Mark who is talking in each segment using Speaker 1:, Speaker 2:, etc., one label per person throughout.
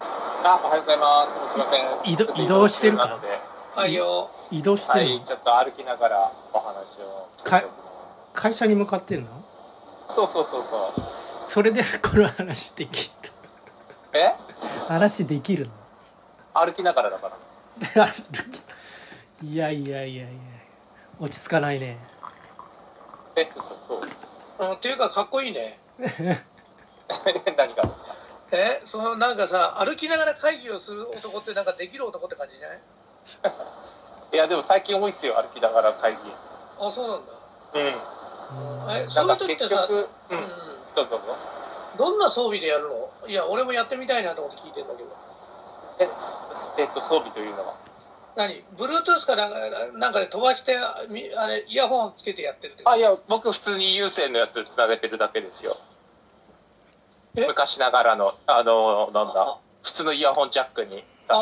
Speaker 1: あ、おはようございます。すみません。
Speaker 2: 移動移動してるか
Speaker 1: なので。はいよ。
Speaker 2: 移動して
Speaker 1: は
Speaker 2: るの、
Speaker 1: い、ちょっと歩きながらお話を。
Speaker 2: か会社に向かってんの
Speaker 1: そうそうそうそう。
Speaker 2: それでこの話でき
Speaker 1: え？
Speaker 2: た話でき るの
Speaker 1: 歩きながらだから。
Speaker 2: いやいやいやいや落ち着かないね
Speaker 1: え、嘘そう。
Speaker 3: うん、っていうかかっこいいね
Speaker 1: 何がですか。
Speaker 3: えそのなんかさ歩きながら会議をする男ってなんかできる男って感じじゃない
Speaker 1: いやでも最近多いっすよ歩きながら会議。
Speaker 3: あそうなんだ
Speaker 1: う
Speaker 3: あれ
Speaker 1: ん。
Speaker 3: そ
Speaker 1: な
Speaker 3: うんい
Speaker 1: か
Speaker 3: う時
Speaker 1: 結
Speaker 3: って
Speaker 1: 局、
Speaker 3: さ、う
Speaker 1: うんん。どうぞどうぞ。
Speaker 3: どんな装備でやるのいや俺もやってみたいなと思って聞いてんだけど
Speaker 1: え、すすえっと装備というのは。
Speaker 3: 何 Bluetooth かなんかなんかで飛ばしてあみあれイヤホンつけてやってるって
Speaker 1: あ
Speaker 3: あ
Speaker 1: いや僕普通に有線のやつつなげてるだけですよ
Speaker 3: え
Speaker 1: 昔ながらのあのなんだ
Speaker 3: あ
Speaker 1: 普通のイヤホンジャックに出して
Speaker 3: あ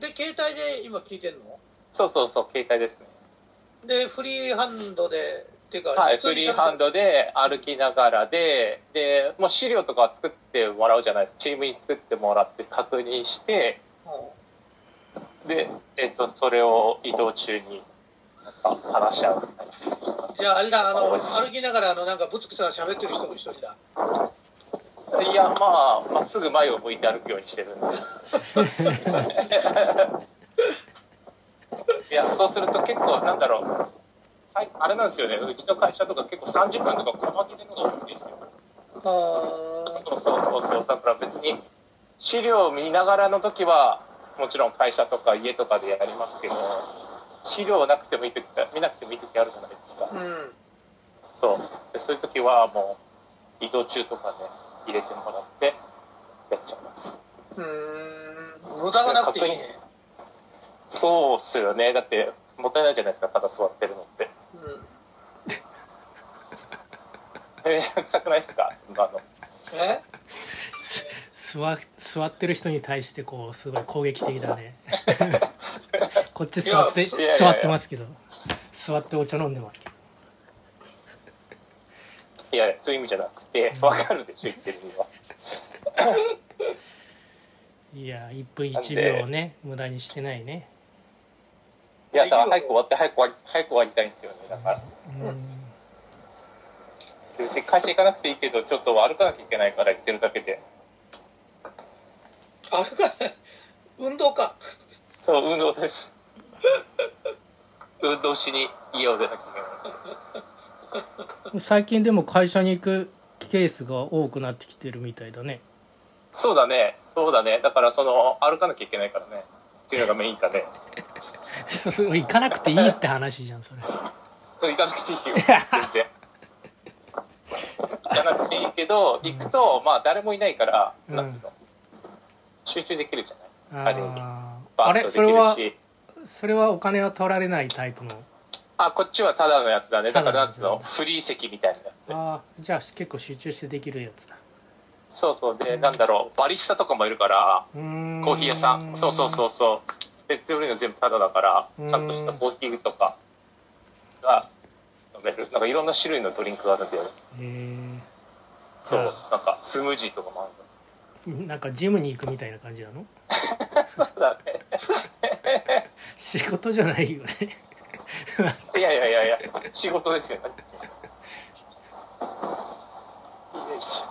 Speaker 3: ーで携帯で今聞いてんの
Speaker 1: そうそうそう携帯ですね
Speaker 3: でフリーハンドでっていうか、
Speaker 1: はい
Speaker 3: 普通
Speaker 1: フ
Speaker 3: に
Speaker 1: リ
Speaker 3: し
Speaker 1: ー
Speaker 3: ゃべ
Speaker 1: ハンドで歩きながらででもう資料とか作ってもらうじゃないですかチームに作ってもらって確認して
Speaker 3: うん
Speaker 1: で、えっとそれを移動中になんか話し合うみたいな
Speaker 3: じゃああれだあの
Speaker 1: おいしい
Speaker 3: 歩きながらあのなんかブツクツ喋ってる人も一人だ
Speaker 1: いやまあまっすぐ前を向いて歩くようにしてるん でいやそうすると結構なんだろうさいあれなんですよねうちの会社とか結構30分とか小ま切れのが多いんですよ
Speaker 3: あー
Speaker 1: そうそうそうそうだから別に資料を見ながらの時はもちろん会社とか家とかでやりますけど資料なくてもいい時か見なくてもいい時あるじゃないですか
Speaker 3: うん
Speaker 1: そうでそういう時はもう移動中とかね入れてもらってやっちゃいます
Speaker 3: うーん無駄がなくていいね、
Speaker 1: そうっすよね。だって、もったいないじゃないですか、ただ座ってるのって。
Speaker 3: うん、
Speaker 1: えー、臭くないっすかそんなの。
Speaker 3: え
Speaker 2: す座座ってる人に対してこうすごい攻撃的だね こっち座って
Speaker 1: いやいやいや
Speaker 2: 座ってますけど座ってお茶飲んでますけど
Speaker 1: いやいや、そういう意味じゃなくて、わかるでしょ、言ってる意味は。
Speaker 2: いや1分1秒をね無駄にしてないね
Speaker 1: いや、だから早く終わって、早く終わり、早く終わりたいんですよね。だから。
Speaker 2: うん
Speaker 1: 別に会社行かなくていいけど、ちょっと歩かなきゃいけないから行ってるだけで。
Speaker 3: 歩かない運動か
Speaker 1: そう、運動です。運動しに家を出なきゃいけない。
Speaker 2: 最近でも会社に行くケースが多くなってきてるみたいだね
Speaker 1: そうだね、そうだね。だから、その、歩かなきゃいけないからね。っていうのがメインだね。
Speaker 2: それ行かなくていいって話じゃんそれ
Speaker 1: そう行かなくていいよ全然行かなくていいけど行くとまあ誰もいないから、
Speaker 2: うん
Speaker 1: なんつうの集中できるじゃないあれ
Speaker 2: あー
Speaker 1: バ
Speaker 2: あ
Speaker 1: ッ
Speaker 2: れ
Speaker 1: と
Speaker 2: それは
Speaker 1: できるし
Speaker 2: それはお金は取られないタイプの
Speaker 1: あこっちはただのやつだねだ
Speaker 2: た
Speaker 1: か
Speaker 2: だの
Speaker 1: らなん
Speaker 2: や
Speaker 1: つ
Speaker 2: つ
Speaker 1: うのフリー席みたいなやつ
Speaker 2: ああじゃあ結構集中してできるやつだ
Speaker 1: そうそうでなんだろうバリスタとかもいるから
Speaker 2: うーん
Speaker 1: コーヒー屋さんそうそうそうそう別売りの全部ただだか
Speaker 2: うん
Speaker 1: らちゃんとしたコーヒーとかが飲めるなんかいろんな種類のドリンクがあるんだよ
Speaker 2: へ
Speaker 1: ねそう
Speaker 2: うん
Speaker 1: なんかスムージーとかもあるんだ
Speaker 2: えなんかジムに行くみたいな感じなの
Speaker 1: そうだね
Speaker 2: 仕事じゃないよね
Speaker 1: いやいやいやいや、仕事ですよ。よいし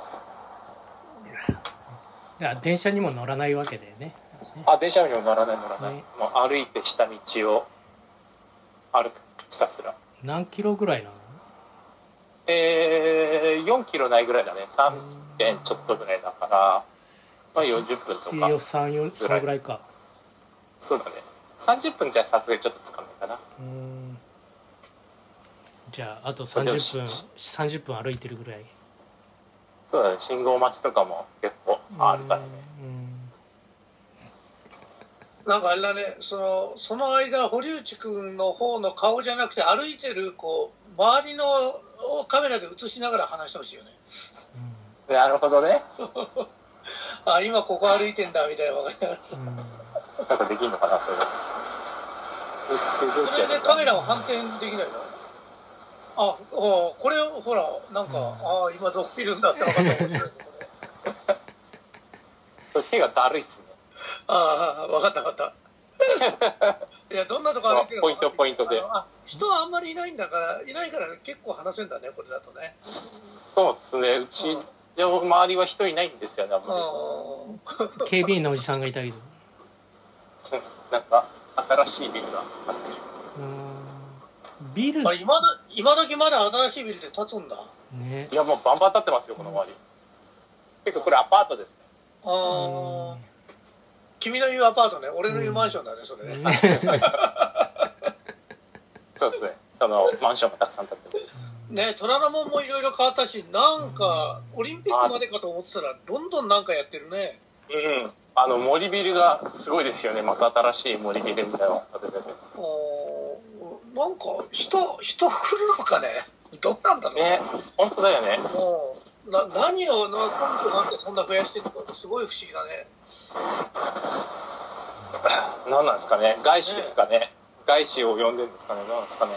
Speaker 2: いや電車にも乗らないわけだよね
Speaker 1: ょあ、電車にも乗らない乗らない。
Speaker 2: ね
Speaker 1: もう歩いて下道を歩く、ひたすら。
Speaker 2: 何キロぐらいなの
Speaker 1: えー、4キロないぐらいだね。3点ちょっとぐらいだから、まあ40分と
Speaker 2: いいよ
Speaker 1: か。
Speaker 2: 34そのぐらいか
Speaker 1: そうだね。30分じゃさすがにちょっとつかないかな。
Speaker 2: うーんじゃああと
Speaker 1: それをし
Speaker 2: 30分30分歩いてるぐらい
Speaker 1: そうだね。信号待ちとかも結構あるからね。
Speaker 2: うん
Speaker 3: なんかあれだねそのその間堀内くんの方の顔じゃなくて歩いてるこう周りのをカメラで映しながら話してほしいよね
Speaker 1: なるほどね。
Speaker 3: あ今ここ歩いてんだみたいなわかりながら
Speaker 2: うんうん
Speaker 1: なんかできるのかな、それ。そ
Speaker 3: それでカメラを反転できないのあおこれほらなんか、ああ今どこいるんだって分かったかもしれない
Speaker 1: それ手がだるいっすね。
Speaker 3: ああ分かった分 かったいやどんなとこ歩いてるか分かんない
Speaker 1: ポイントポイントで
Speaker 3: あのあ人はあんまりいないんだからいないから結構話せんだねこれだとね
Speaker 1: そうですね。うち、
Speaker 3: うん
Speaker 1: でも周りは人いないんですよね、あんま
Speaker 3: うん
Speaker 2: 警備員のおじさんがいたけど
Speaker 1: り。なんか、新しいビルがあってる。
Speaker 2: うーんビル
Speaker 3: あ今の今時まだ新しいビルで建つんだあ
Speaker 2: ね
Speaker 1: いや、もうバンバン立ってますよ、この周り。結構これアパートですね。
Speaker 3: あ、君の言うアパートね俺の言うマンションだね、それね、
Speaker 2: うんね
Speaker 1: そうですね。その、マンションもたくさん建ってます。
Speaker 3: ね虎ノ門もいろいろ変わったしなんかオリンピックまでかと思ってたらどんどんなんかやってるね
Speaker 1: うん。あの、森ビルがすごいですよね。また新しい森ビルみたいなのが建ててて。
Speaker 3: おーなんか人人来るのかねどうなんだろう
Speaker 1: ね、本当だよね。
Speaker 3: もうな何をの根拠なんてそんな増やしてるのかすごい不思議だね
Speaker 1: 何なんですかね。外資ですかね。外資を呼んでるんですかね。何なんですかね。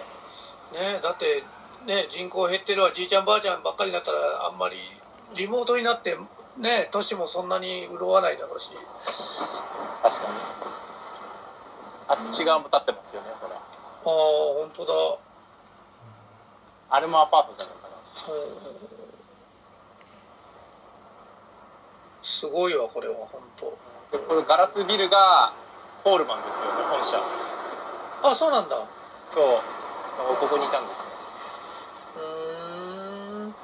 Speaker 3: ねえだってね人口減ってるわじいちゃんばあちゃんばっかりだったらあんまりリモートになってね都市もそんなに潤わないだろうし
Speaker 1: 確かに。あっち側も建ってますよね、ほら。
Speaker 3: ああ本当だ、
Speaker 1: あれもアパートじゃないかな。
Speaker 3: うん、すごいわこれは本当
Speaker 1: でこのガラスビルがホールマンですよね本社
Speaker 3: あそうなんだ
Speaker 1: そうここにいたんですね
Speaker 3: うーん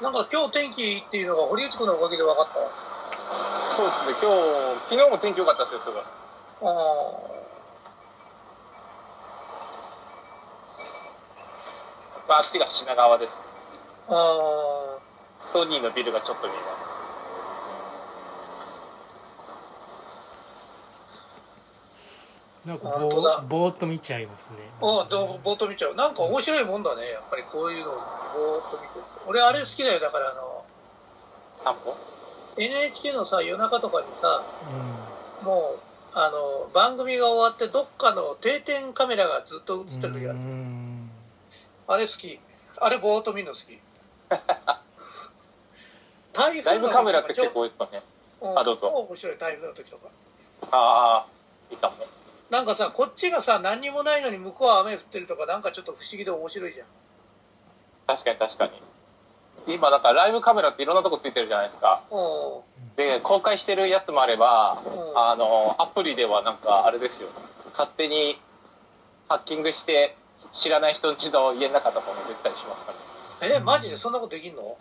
Speaker 3: なんか今日天気いいっていうのが堀内君のおかげで分かったわ
Speaker 1: そうですね今日昨日も天気良かったですよすごい
Speaker 3: あ
Speaker 1: あっちが品川です
Speaker 3: ああ
Speaker 1: ソニーのビルがちょっと見えま
Speaker 2: なんか
Speaker 3: 本
Speaker 2: ぼ
Speaker 3: 当だ
Speaker 2: ーぼーっと見ちゃいますね
Speaker 3: ああ、でもぼーっと見ちゃう。なんか面白いもんだね。やっぱりこういうのをぼーっと見てると。俺あれ好きだよ。だからあの、
Speaker 1: す散歩
Speaker 3: NHK のさ、夜中とかにさ、
Speaker 2: うん
Speaker 3: もう、あの、番組が終わってどっかの定点カメラがずっと映ってるや
Speaker 2: う
Speaker 3: つ。
Speaker 2: ん
Speaker 3: あれ好き。あれぼーっと見るの 好き。台風の時とか
Speaker 1: ライブカメラって結構多いですかね
Speaker 3: うん
Speaker 1: あどうぞ
Speaker 3: 超面白い台風の時とか。
Speaker 1: ああいいかも
Speaker 3: なんかさ、こっちがさ、何にもないのに向こうは雨降ってるとか、なんかちょっと不思議で面白いじゃん。
Speaker 1: 確かに確かに今だからライブカメラっていろんなとこついてるじゃないですか
Speaker 3: うん。
Speaker 1: で公開してるやつもあれば
Speaker 3: うん
Speaker 1: あのアプリではなんかあれですよ勝手にハッキングして知らない人の自動家の中とかも出てたりしますから
Speaker 3: え、マジでそんなことできんの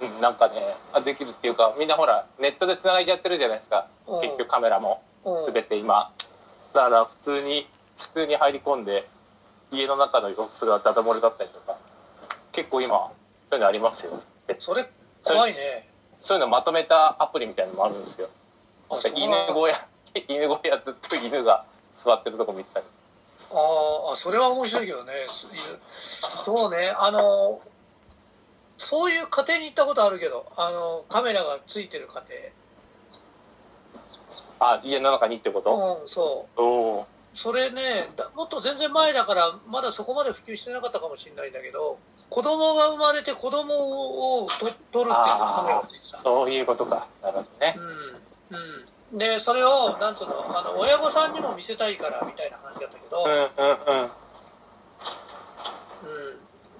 Speaker 1: うん、なんかねあできるっていうかみんなほらネットで繋がいちゃってるじゃないですか
Speaker 3: うん
Speaker 1: 結局カメラも
Speaker 3: うん。
Speaker 1: 全て今だから普通に普通に入り込んで家の中の様子がダダ漏れだったりとか結構今そういうのありますよ
Speaker 3: それ怖いね。
Speaker 1: そういうのまとめたアプリみたいなのもあるんですよ
Speaker 3: あそう
Speaker 1: 犬小屋 犬小屋ずっと犬が座ってるとこ見てたり
Speaker 3: あーあ、それは面白いけどね。すそうね、あの、そういう家庭に行ったことあるけど、あの、カメラがついてる家
Speaker 1: あ家の中にってこと、
Speaker 3: 庭。うん、そう。
Speaker 1: おお
Speaker 3: それね、だもっと全然前だから、まだそこまで普及してなかったかもしれないんだけど、子供が生まれて子供をと撮るっていうカメラ
Speaker 1: あ
Speaker 3: が
Speaker 1: あ
Speaker 3: ついてた。
Speaker 1: そういうことかなるほどね
Speaker 3: うん。うん。で、それを、なんつうの、あの、親御さんにも見せたいから、みたいな話だったけど、
Speaker 1: うんうんうん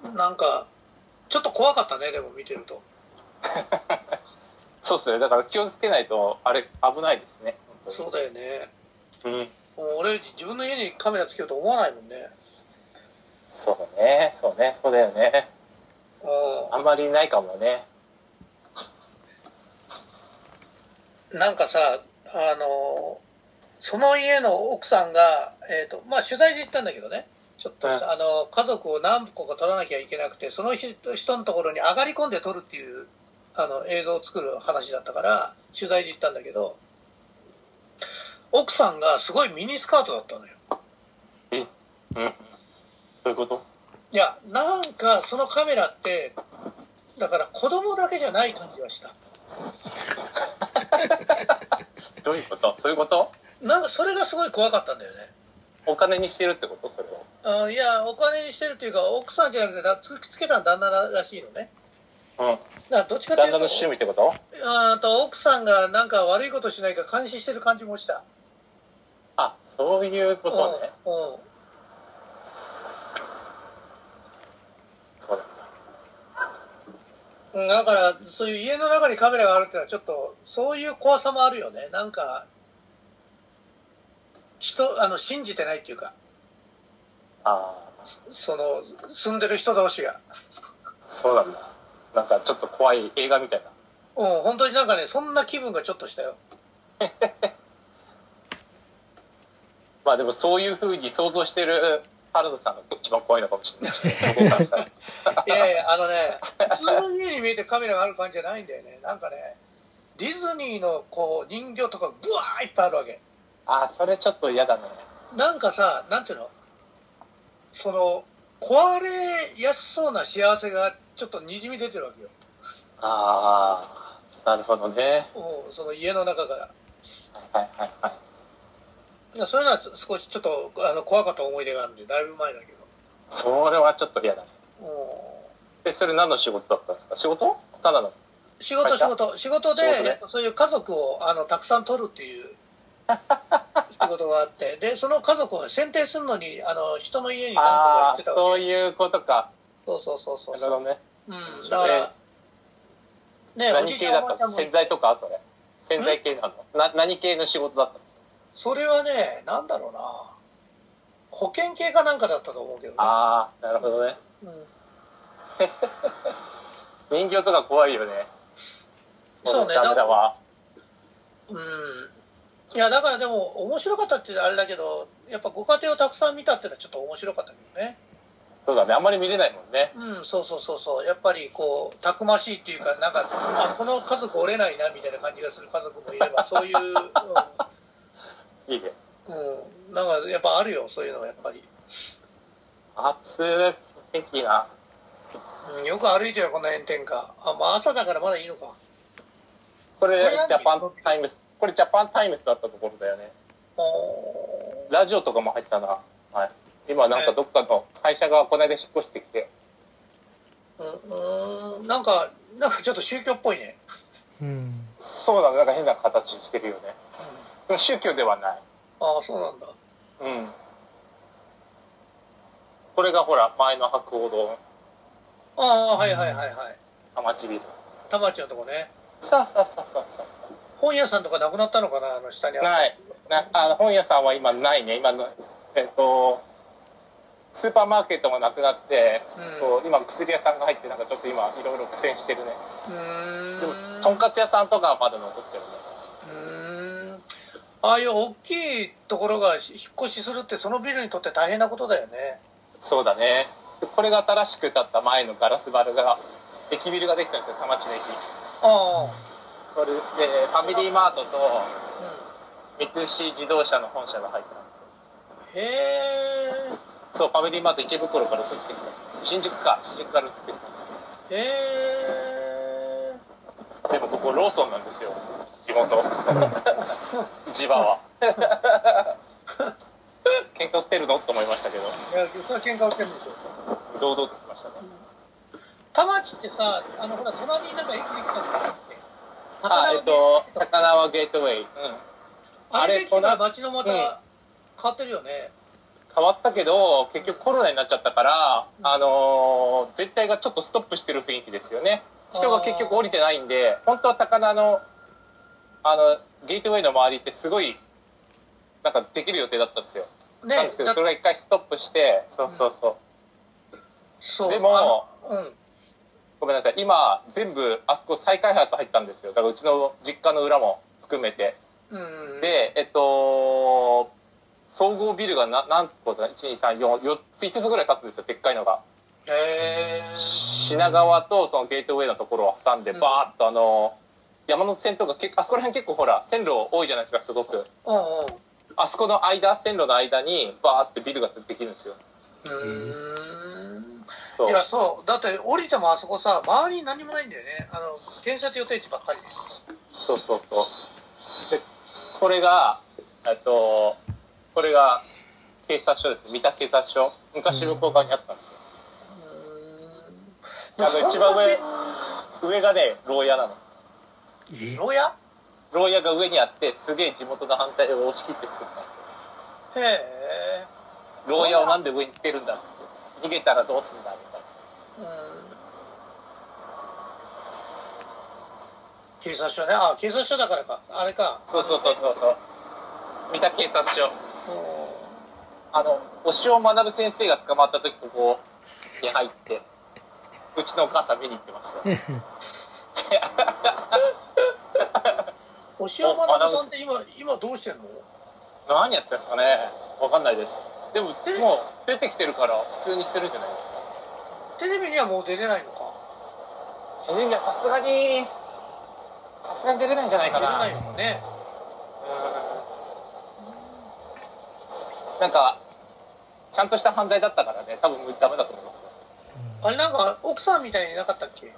Speaker 3: うん、なんか、ちょっと怖かったね、でも見てると。
Speaker 1: そうですね。だから気をつけないと、あれ、危ないですね。本
Speaker 3: そうだよね。
Speaker 1: 当に。うん。
Speaker 3: もう俺、自分の家にカメラつけようと思わないもんね。
Speaker 1: そうね。そうね。そうだよね。あ
Speaker 3: うん
Speaker 1: まりないかもね。
Speaker 3: ん。なんかさ、あの、その家の奥さんが、えっ、と、まあ、取材で行ったんだけどね。ちょっとした、あの、家族を何個か撮らなきゃいけなくて、その人人のところに上がり込んで撮るっていう、あの、映像を作る話だったから、取材で行ったんだけど、奥さんがすごいミニスカートだったのよ。
Speaker 1: うん。そういうこと
Speaker 3: いや、なんかそのカメラって、だから子供だけじゃない感じはした。
Speaker 1: どういうことそういうこと
Speaker 3: なんかそれがすごい怖かったんだよね。
Speaker 1: お金にしてるってことそれを。
Speaker 3: うん、いや、お金にしてるというか、奥さんじゃなくて、なつつけたの旦那らしいのね。
Speaker 1: うん。
Speaker 3: だからどっちかとい
Speaker 1: 旦那
Speaker 3: う
Speaker 1: の
Speaker 3: と、
Speaker 1: 趣味ってこと
Speaker 3: あーと奥さんがなんか悪いことしないか監視してる感じもした。
Speaker 1: あ、そういうことね。
Speaker 3: うんうん
Speaker 1: そうだ。
Speaker 3: うん、だから、そういう家の中にカメラがあるっていうのは、ちょっと、そういう怖さもあるよね。なんか、人、あの、信じてないっていうか、
Speaker 1: ああ、
Speaker 3: その、住んでる人同士が。
Speaker 1: そうなんだ。なんかちょっと怖い映画みたいな。
Speaker 3: うん、本当になんかね、そんな気分がちょっとしたよ。
Speaker 1: まあでもそういう風に想像してる原田さんが一番怖いのかもしれないですね。僕からしたら
Speaker 3: いやいや、あのね、普通の家に見えてカメラがある感じじゃないんだよね。なんかね、ディズニーのこう、人形とか、ブワーいっぱいあるわけ。
Speaker 1: ああ、それちょっと嫌だね。
Speaker 3: なんかさ、なんていうのその、壊れやすそうな幸せが、ちょっとにじみ出てるわけよ。
Speaker 1: ああ、なるほどね。
Speaker 3: うん、その家の中から。
Speaker 1: はいはいはい。
Speaker 3: いやそういうのは少しちょっとあの怖かった思い出があるんで、だいぶ前だけ
Speaker 1: それはちょっと嫌だね。
Speaker 3: ど。うん
Speaker 1: で、それ何の仕事だったんですか仕事ただの。
Speaker 3: 仕事、
Speaker 1: はい
Speaker 3: 仕事、仕事で、
Speaker 1: 仕事ね
Speaker 3: えっとそういう家族をあのたくさん取るっていう仕事があって、で、その家族を選定するのに、あの人の家に何個か行
Speaker 1: あ
Speaker 3: っ
Speaker 1: あ
Speaker 3: て
Speaker 1: ー、
Speaker 3: たわ
Speaker 1: そういうことか。
Speaker 3: け。そうそうそうそう
Speaker 1: なるほどね。
Speaker 3: うん、だから、ね、おじ
Speaker 1: 何
Speaker 3: いち
Speaker 1: 系
Speaker 3: ゃん
Speaker 1: だ
Speaker 3: おばあ
Speaker 1: っ
Speaker 3: ち
Speaker 1: た
Speaker 3: ゃんも、
Speaker 1: 洗剤とかそれ。洗剤系なのな何系の仕事だったの
Speaker 3: それはね、なんだろうな、保険系かなんかだったと思うけどね。
Speaker 1: ああ、なるほどね。
Speaker 3: うん
Speaker 1: 人形とか怖いよね。
Speaker 3: そうね
Speaker 1: ダメだわ。
Speaker 3: うんいやだからでも面白かったってあれだけどやっぱご家庭をたくさん見たっていうのはちょっと面白かったけどね
Speaker 1: そうだね。あんまり見れないもんね。
Speaker 3: うんそうそうそうそうやっぱりこうたくましいっていうかなんかあこの家族折れないなみたいな感じがする家族もいれ ばそういう、
Speaker 1: いいね。
Speaker 3: うんうん、なんかやっぱあるよそういうのはやっぱり、
Speaker 1: 暑い天気が。
Speaker 3: うん、よく歩いてるよこの炎天下あまあ朝だからまだいいのか
Speaker 1: これ
Speaker 3: これ何
Speaker 1: ジャパンタイムス。これジャパンタイムスだったところだよね。
Speaker 3: お
Speaker 1: ラジオとかも入ってたな。はい。今なんかどっかの会社がこの間引っ越してきて。
Speaker 3: ーうんうんなんかなんかちょっと宗教っぽいね、
Speaker 2: うん
Speaker 1: そうだね。なんか変な形してるよね。
Speaker 3: うん、
Speaker 1: でも宗教ではない。
Speaker 3: ああそうなんだ
Speaker 1: うん。これがほら、前の博報堂、
Speaker 3: ああはいはいはいはい
Speaker 1: 浜地ビル。
Speaker 3: 田町のとこね
Speaker 1: さあさあさあさあさあ。
Speaker 3: 本屋さんとかなくなったのかなあの下にあった
Speaker 1: ない。なあの本屋さんは今ないね。今の、えっと、スーパーマーケットもなくなって、
Speaker 3: うん
Speaker 1: こう今薬屋さんが入って、なんかちょっと今いろいろ苦戦してるね。
Speaker 3: うーん
Speaker 1: でも、とんかつ屋さんとかはまだ残ってるね。
Speaker 3: うーんああいう大きいところが引っ越しするってそのビルにとって大変なことだよね
Speaker 1: そうだね。でこれが新しく建った前のガラス張るが、駅ビルができたんですよ、田町の駅。
Speaker 3: あ
Speaker 1: これで、ファミリーマートと
Speaker 3: あ、
Speaker 1: 三菱自動車の本社が入ったんですよ。
Speaker 3: うん、へえ
Speaker 1: そう、ファミリーマート池袋から移ってきた。新宿か、新宿から移ってきたんですけ
Speaker 3: へえ
Speaker 1: ど。でもここローソンなんですよ。地元。地場 は。 喧嘩売ってるのと思いましたけど、
Speaker 3: いやそれは喧嘩売ってるんでしょ
Speaker 1: 堂々と来ましたね。
Speaker 3: 田町ってさあのほら隣になんか駅できたのかって
Speaker 1: あ、えっと、高輪ゲートウェイ。うん。
Speaker 3: あれできた
Speaker 1: あ
Speaker 3: ら
Speaker 1: れ
Speaker 3: 街のまた
Speaker 1: うん
Speaker 3: 変わってるよね、
Speaker 1: 変わったけど、結局コロナになっちゃったから、
Speaker 3: うん
Speaker 1: あのー全体がちょっとストップしてる雰囲気ですよね。人が結局降りてないんで、本当は高輪の、あの、ゲートウェイの周りってすごい、なんかできる予定だったんですよ。
Speaker 3: ね
Speaker 1: なんですけど、
Speaker 3: だ
Speaker 1: それが一回ストップして、そうそうそう。
Speaker 3: そう
Speaker 1: でも
Speaker 3: あのうん
Speaker 1: ごめんなさい。今、全部、あそこ再開発入ったんですよ。だからうちの実家の裏も含めて。
Speaker 3: うん、
Speaker 1: で、えっと、総合ビルがな何個だ ?1、2、3、4、4つ、5つぐらい建つんですよ、でっかいのが。
Speaker 3: へえ
Speaker 1: 品川とそのゲートウェイのところを挟んで、
Speaker 3: うん
Speaker 1: バーッとあの、山手線とか結構、あそこら辺結構ほら、線路多いじゃないですか、すごく。
Speaker 3: うん
Speaker 1: あそこの間、線路の間に、バーってビルができるんですよ。
Speaker 3: うんう
Speaker 1: そ
Speaker 3: ーん
Speaker 1: う
Speaker 3: い。やそうだって降りてもあそこさ周りに何もないんだよねあの建設予定地ばっかりです
Speaker 1: そうそうそう。で、これが、えっと、これが、警察署です。三田警察署。昔向こう側にあったんですよ。あの、一番上、上がね、牢屋なの。
Speaker 2: え
Speaker 3: 牢屋
Speaker 1: 牢屋が上にあって、すげえ地元の反対を押し切って作ったんです
Speaker 3: へえ。
Speaker 1: よ。牢屋をなんで上につけるんだっつって。逃げたらどうすんだみたいな。
Speaker 3: うん警察署ね。あ、警察署だからか。あれか。
Speaker 1: そうそうそうそうそう。三田警察署。
Speaker 3: う
Speaker 1: あの、押尾学先生が捕まった時、ここに入って、うちのお母さん見に行ってました。
Speaker 3: ん。押尾学さんって今、今どうしてんの
Speaker 1: 何やってんですかねわかんないです。でも、もう出てきてるから、普通にしてるんじゃないですか。
Speaker 3: テレビにはもう出れないのか。
Speaker 1: いやさすがに、さすがに出れないんじゃない
Speaker 3: 出れ
Speaker 1: かな。
Speaker 3: ないのかね。
Speaker 1: うんなんか、ちゃんとした犯罪だったからね、多分もうダメだと思いますよ。
Speaker 3: あれなんか、奥さんみたいになかったっけ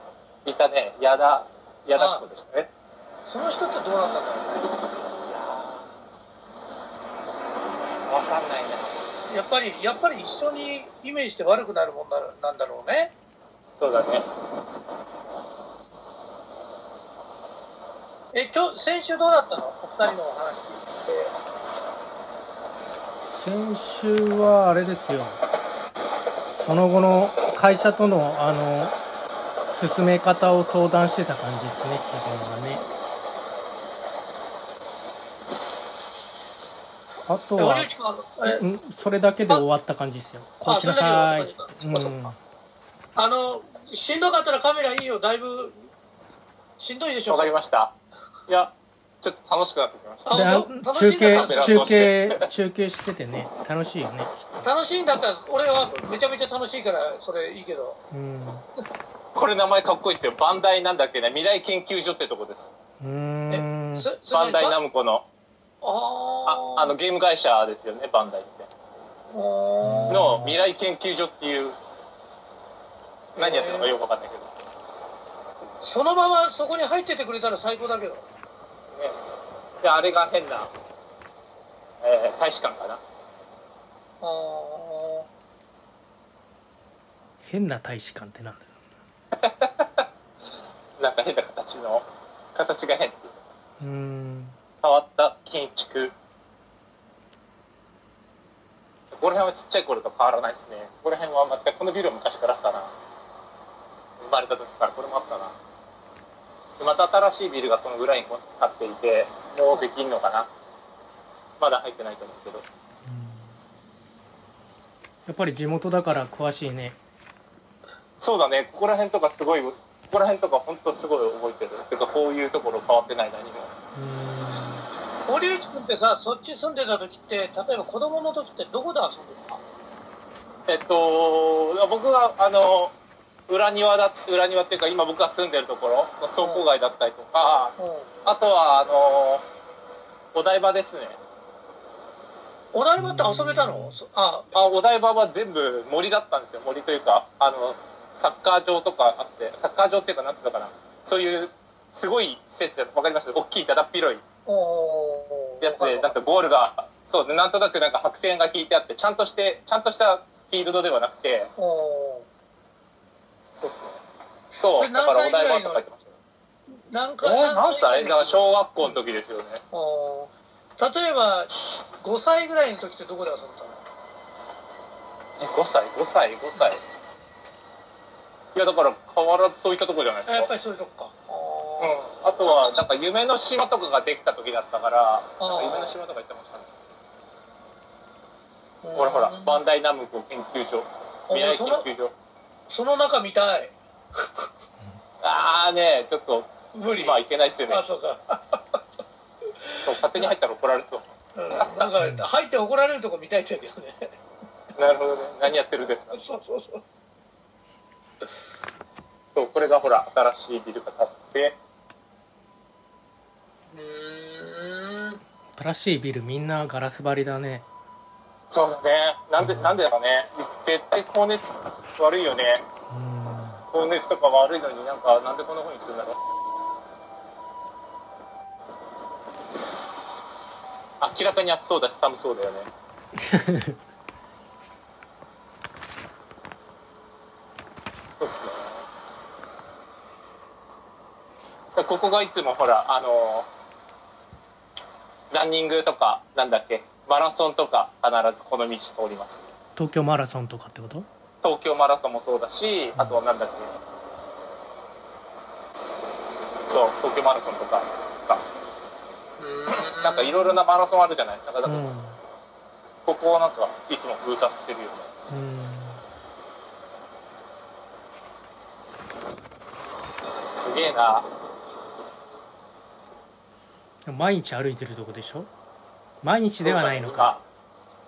Speaker 1: いたね、矢田、矢田子でしたね。
Speaker 3: その人ってどうなったんだろうね。
Speaker 1: いやーわかんないね。
Speaker 3: やっぱり、やっぱり一緒にイメージして悪くなるもんなるなんだろうね。
Speaker 1: そうだね。
Speaker 3: え、今日、先週どうだったのお二人のお話聞いて。
Speaker 2: 先週はあれですよその後の会社とのあの進め方を相談してた感じですね基本はねあとは
Speaker 3: 堀内君は、え
Speaker 2: んそれだけで終わった感じですよこうしなさいっつっ
Speaker 3: あ
Speaker 2: てう
Speaker 3: そ
Speaker 2: んん
Speaker 3: なに終わあの、しんどかったらカメラいいよ、だいぶ、しんどいでしょ。
Speaker 1: わかりました。いや、ちょっと楽しくなってきました。
Speaker 3: あ
Speaker 2: で
Speaker 3: 本当楽し
Speaker 2: 中
Speaker 3: いんだ
Speaker 2: 継
Speaker 3: った
Speaker 1: ら
Speaker 2: 中継中継しててね楽しいよねきっ
Speaker 3: 楽しいんだったら、俺はめちゃめちゃ楽しいから、それいいけど。
Speaker 2: とうん
Speaker 1: これ名前かっこいいですよ。バンダイなんだっけね、未来研究所ってとこです。
Speaker 2: うーん
Speaker 3: そそ
Speaker 1: バ
Speaker 3: れ
Speaker 1: ンダイナ
Speaker 3: あ
Speaker 1: ムコの、あ
Speaker 3: あー
Speaker 1: あの、ゲーム会社ですよね、バンダイって。
Speaker 3: あー
Speaker 1: の未来研究所っていう、何やってるのかよくわかんないけど。
Speaker 3: そのままそこに入っててくれたら最高だけど。
Speaker 1: ね、で、あれが変な、えー大使館かな。
Speaker 3: あー
Speaker 2: 変な大使館ってなんだよ
Speaker 1: なんか変な形の、形が変ってい
Speaker 2: う
Speaker 1: う
Speaker 2: ーん
Speaker 1: 変わった建築。ここら辺はちっちゃい頃と変わらないですね。ここら辺は全くこのビルは昔からあったな。生まれた時からこれもあったな。でまた新しいビルがこの裏に建っていて、もうできんのかな。まだ入ってないと思うけど。
Speaker 2: やっぱり地元だから詳しいね
Speaker 1: そうだね、ここら辺とかすごい、ここら辺とか本当すごい覚えてる。てかこういうところ変わってない何も。
Speaker 2: うん
Speaker 3: 堀内君ってさ、そっち住んでた時って、例えば子供の時ってどこで遊んでた
Speaker 1: えっと、僕は、あの、裏庭だ、裏庭っていうか今僕が住んでるところの倉庫街だったりとか、
Speaker 3: うん。
Speaker 1: あとは、あの、お台場ですね。
Speaker 3: お台場って遊べたのそあ、
Speaker 1: あお台場は全部森だったんですよ。森というか、あの、サッカー場とかあって、サッカー場っていうか、なんつうのかな。そういう、すごい施設、わかります大きい、だだっ広い
Speaker 3: おー
Speaker 1: やつで、なんかゴールが、そう、なんとなくなんか白線が引いてあって、ちゃんとして、ちゃんとしたフィールドではなくて、
Speaker 3: おー
Speaker 1: そうそう
Speaker 3: それ
Speaker 1: だからお
Speaker 3: 何歳
Speaker 1: 台
Speaker 3: ぐら
Speaker 1: 場
Speaker 3: い
Speaker 1: と
Speaker 3: の
Speaker 1: か言ってました。
Speaker 3: なんか、
Speaker 1: えー、何歳だから
Speaker 3: ょ
Speaker 1: 小学校の時ですよね。
Speaker 3: 例えば、5歳ぐらいの時ってどこで遊んでたの
Speaker 1: え、5歳、5歳、5歳。いや、だから変わらずそういったとこじゃないです
Speaker 3: あ
Speaker 1: か。
Speaker 3: やっぱりそういうとこか。
Speaker 1: うん
Speaker 3: あ、
Speaker 1: あとは、なんか夢の島とかができた時だったから、なんか夢の島とか行ってましたね。
Speaker 3: ー
Speaker 1: ほらほら
Speaker 3: う、ん
Speaker 1: バンダイナムコ研究所、未来研究所。
Speaker 3: その中見たい。
Speaker 1: あーね、ちょっと、
Speaker 3: 無理。
Speaker 1: 今はいけないっすよね。
Speaker 3: あ、そうか。
Speaker 1: そう勝手に入ったら怒られそう。
Speaker 3: うんなんか、入って怒られるとこ見たいって 言うけどね。
Speaker 1: なるほどね。何やってるんですか。
Speaker 3: そうそうそう。
Speaker 1: そう、これがほら、新しいビルが建って、
Speaker 3: うーん。
Speaker 2: 新しいビルみんなガラス張りだね
Speaker 1: そうだね。なんで、なんでだかね。絶対高熱悪いよね。
Speaker 2: うん
Speaker 1: 高熱とか悪いのになんか、なんでこんな風にするんだろう。明らかに暑そうだし寒そうだよね。らここがいつもほら、あのーランニングとか、なんだっけ、マラソンとか、必ずこの道通ります。
Speaker 2: 東京マラソンとかってこと
Speaker 1: 東京マラソンもそうだし、あとはなんだっけ、そう、東京マラソンとか、
Speaker 3: うん
Speaker 1: なんかいろいろなマラソンあるじゃない。なんかだ
Speaker 2: う
Speaker 1: から
Speaker 2: ん、
Speaker 1: ここをなんか、いつも封鎖してるよね。
Speaker 2: うん、
Speaker 1: すげえな。
Speaker 2: でも毎日歩いてるとこでしょ毎日ではないのか。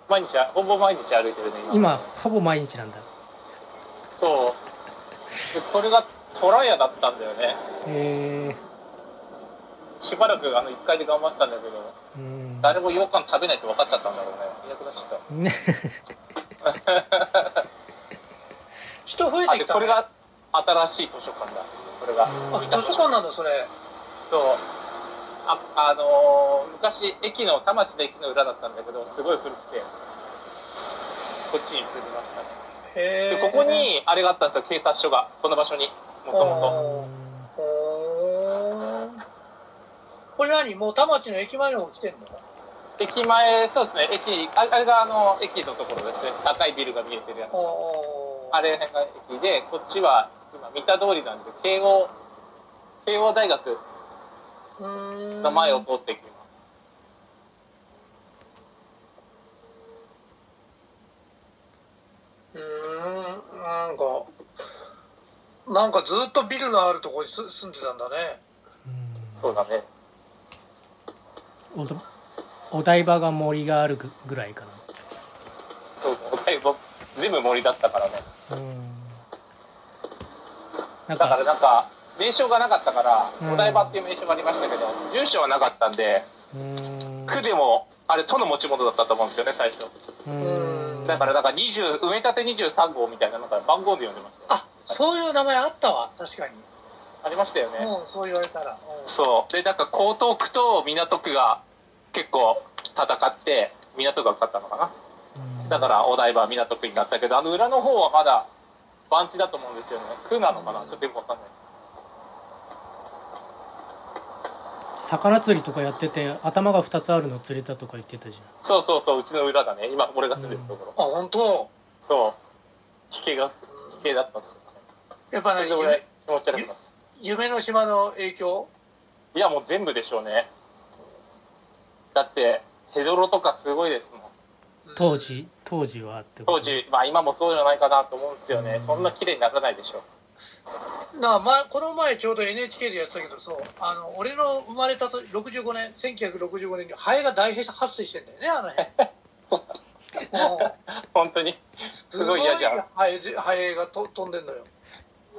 Speaker 1: 毎日、ほぼ毎日歩いてるね、今。
Speaker 2: 今ほぼ毎日なんだ
Speaker 1: そう。でこれがトラヤだったんだよね。
Speaker 2: へえ
Speaker 1: しばらくあの1階で頑張ってたんだけど、
Speaker 2: うん
Speaker 1: 誰も羊羹食べないって分かっちゃったんだろうね。いなくなっちゃっ
Speaker 2: ね
Speaker 3: 人増え
Speaker 1: た。あ、
Speaker 3: て
Speaker 1: で、
Speaker 3: きた
Speaker 1: こ
Speaker 3: ね
Speaker 1: れが新しい図書館だ。これが。
Speaker 3: あ図書館なんだそれ
Speaker 1: そう。あ、あのー昔、駅の、田町の駅の裏だったんだけど、すごい古くて、こっちに移りましたね。
Speaker 3: へ
Speaker 1: で、
Speaker 3: え
Speaker 1: ここに、あれがあったんですよ、警察署が。この場所に、もとも
Speaker 3: おほーこれ何もう田町の駅前の方来てんの
Speaker 1: と。駅前、そうですね、駅、ああれがあの、駅のところですね。高いビルが見えてるやつ。
Speaker 3: おー
Speaker 1: あれ辺が駅で、こっちは今三田通りなんで、慶応、慶応大学
Speaker 3: うーん
Speaker 1: の前を通っていきます。
Speaker 3: うーんなんかなんかずっとビルのあるとこにす住んでたんだね
Speaker 2: うん
Speaker 1: そうだね。
Speaker 2: おどお台場が森があるぐぐらいか
Speaker 1: そうそう。だいぶ、全部森だったからね。
Speaker 2: なうんなん
Speaker 1: だから
Speaker 2: か
Speaker 1: なんか、名称がなかったか
Speaker 2: うん
Speaker 1: ら、お台場っていう名称がありましたけど、住所はなかったんで、
Speaker 2: うん
Speaker 1: 区でも、あれ、都の持ち物だったと思うんですよね、最初。
Speaker 2: うん
Speaker 1: だから、なんか20、埋め立て23号みたいなのが番号で呼んでましたよ。
Speaker 3: あそういう名前あったわ確かに
Speaker 1: ありましたよね。
Speaker 3: うんそう言われたらうん
Speaker 1: そう。で、なんか江東区と港区が結構戦って、港区が勝ったのかな。だからお台場は港区になったけど、あの裏の方はまだ番地だと思うんですよね。区なのかなちょっとよくわかんない。
Speaker 2: 魚釣りとかやってて頭が2つあるの釣れたとか言ってたじ
Speaker 1: そうそうそう、うちの裏だね。今、俺が住んでるところ。
Speaker 3: あ本当
Speaker 1: そう。地形が、地形だったんですよ。
Speaker 3: やっぱ
Speaker 1: それ
Speaker 3: ね
Speaker 1: で俺、気持ち悪くなっ
Speaker 3: 夢の島の影響
Speaker 1: た。いや、もう全部でしょうね。だって、ヘドロとかすごいですもん。
Speaker 2: ゃん当時当時はってこと
Speaker 1: 当時、まあ今もそうじゃないかなと思うんですよね
Speaker 2: う。ん
Speaker 1: そんな綺麗にならないでしょ。
Speaker 3: なあ、ま、この前ちょうど NHK でやってたけどそうあの俺の生まれたと65年1965年にハエが大発生してんだよねあの辺うん
Speaker 1: 本当に。
Speaker 3: す
Speaker 1: ごい嫌じゃん
Speaker 3: ハエでハエがと飛んでんのよ